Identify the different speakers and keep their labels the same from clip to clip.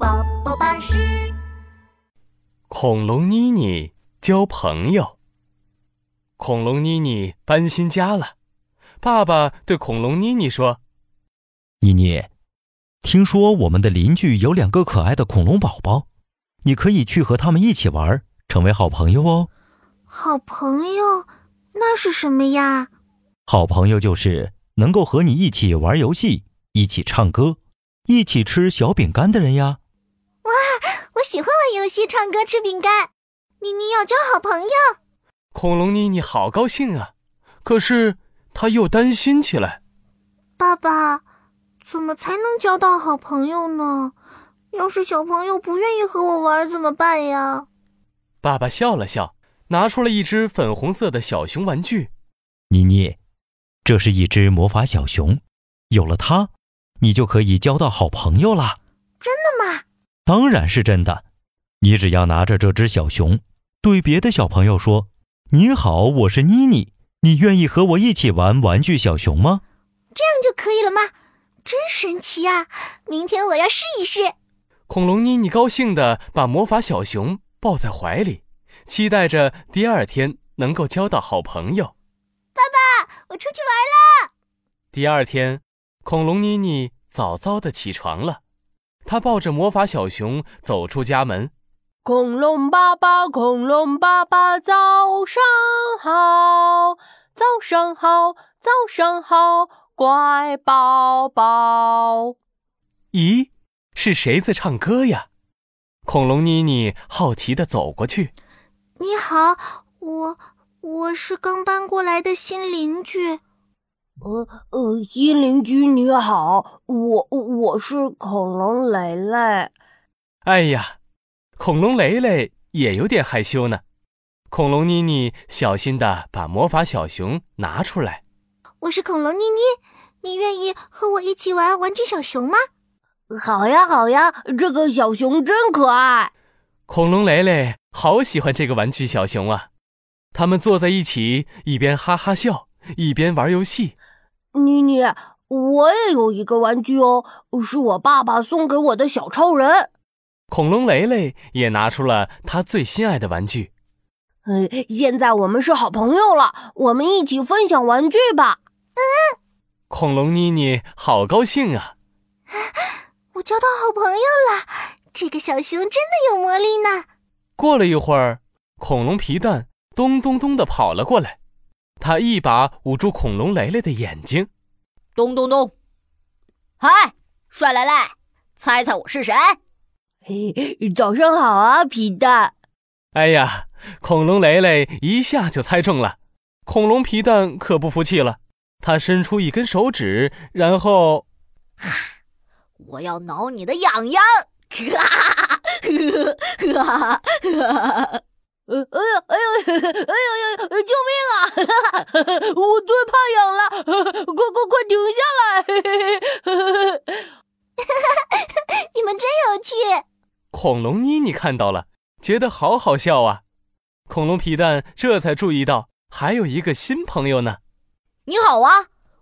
Speaker 1: 巴士。
Speaker 2: 恐龙妮妮交朋友。恐龙妮妮搬新家了，爸爸对恐龙妮妮说
Speaker 3: 妮妮，听说我们的邻居有两个可爱的恐龙宝宝，你可以去和他们一起玩，成为好朋友哦。
Speaker 1: 好朋友，那是什么呀？
Speaker 3: 好朋友就是能够和你一起玩游戏、一起唱歌、一起吃小饼干的人呀。
Speaker 1: 我喜欢玩游戏、唱歌、吃饼干。妮妮要交好朋友。：“
Speaker 2: 恐龙妮妮好高兴啊！”可是她又担心起来。
Speaker 1: 爸爸，怎么才能交到好朋友呢？要是小朋友不愿意和我玩怎么办呀？
Speaker 2: 爸爸笑了笑，拿出了一只粉红色的小熊玩具。
Speaker 3: 妮妮，这是一只魔法小熊，有了它，你就可以交到好朋友啦。
Speaker 1: 那么，
Speaker 3: 当然是真的，你只要拿着这只小熊，对别的小朋友说：“你好，我是妮妮，你愿意和我一起玩玩具小熊吗
Speaker 1: 这样就可以了吗？真神奇呀、明天我要试一试。
Speaker 2: 恐龙妮妮高兴地把魔法小熊抱在怀里，期待着第二天能够交到好朋友。
Speaker 1: 我出去玩了。
Speaker 2: 第二天，恐龙妮妮早早的起床了，她抱着魔法小熊走出家门。
Speaker 4: 恐龙爸爸，恐龙爸爸，早上好，早上好，早上好，乖宝宝。
Speaker 2: 咦，是谁在唱歌呀？恐龙妮妮好奇地走过去。
Speaker 1: 你好，我我是刚搬过来的新邻居。
Speaker 4: 呃呃，新邻居你好，我我是恐龙蕾蕾。
Speaker 2: 哎呀，恐龙蕾蕾也有点害羞呢。恐龙妮妮小心地把魔法小熊拿出来。
Speaker 1: 我是恐龙妮妮，你愿意和我一起玩玩具小熊吗？
Speaker 4: 嗯好呀好呀，这个小熊真可爱。
Speaker 2: 恐龙蕾蕾好喜欢这个玩具小熊啊！他们坐在一起，一边哈哈笑，一边玩游戏。
Speaker 4: 妮妮，我也有一个玩具哦，是我爸爸送给我的小超人。
Speaker 2: 恐龙蕾蕾也拿出了她最心爱的玩具。
Speaker 4: 呃，现在我们是好朋友了，我们一起分享玩具吧。
Speaker 2: 恐龙妮妮好高兴啊！
Speaker 1: 我交到好朋友了，这个小熊真的有魔力呢。
Speaker 2: 过了一会儿，恐龙皮蛋咚咚咚地跑了过来，他一把捂住恐龙蕾蕾的眼睛。
Speaker 5: 咚咚咚！嗨，帅来来，猜猜我是谁？
Speaker 4: 嘿，早上好啊，皮蛋。
Speaker 2: 哎呀，恐龙蕾蕾一下就猜中了。恐龙皮蛋可不服气了，他伸出一根手指，然后
Speaker 5: 我要挠你的痒痒！
Speaker 4: 呃，哎呦，哎呦，哎呦，哎呦，救命啊！我最怕痒了，快快快停下来！嘿嘿嘿
Speaker 1: 你们真有趣。
Speaker 2: 恐龙妮妮看到了，觉得好好笑啊。恐龙皮蛋这才注意到还有一个新朋友呢。
Speaker 5: 你好啊，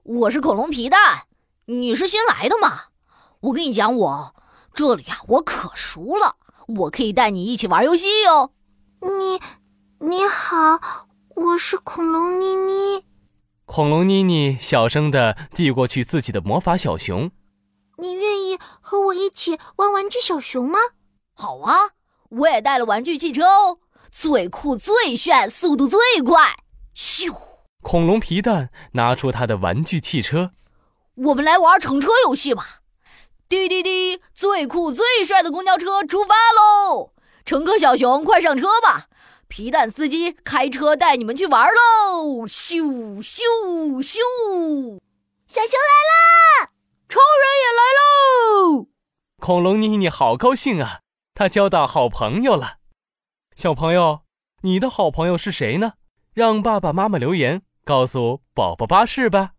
Speaker 5: 我是恐龙皮蛋，你是新来的吗？我跟你讲我，这里呀、我可熟了，我可以带你一起玩游戏哟、
Speaker 1: 你你好，我是恐龙妮妮。
Speaker 2: 恐龙妮妮小声地递过去自己的魔法小熊。
Speaker 1: 你愿意和我一起玩玩具小熊吗？
Speaker 5: 好啊，我也带了玩具汽车哦，最酷最炫，速度最快，咻！
Speaker 2: 恐龙皮蛋拿出他的玩具汽车，
Speaker 5: 我们来玩乘车游戏吧！滴滴滴，最酷最帅的公交车出发喽！乘客小熊，快上车吧！皮蛋司机开车带你们去玩喽！咻咻咻！
Speaker 1: 小熊来，
Speaker 4: 哦，
Speaker 2: 恐龙妮妮好高兴啊，她交到好朋友了。小朋友，你的好朋友是谁呢？让爸爸妈妈留言告诉宝宝巴士吧。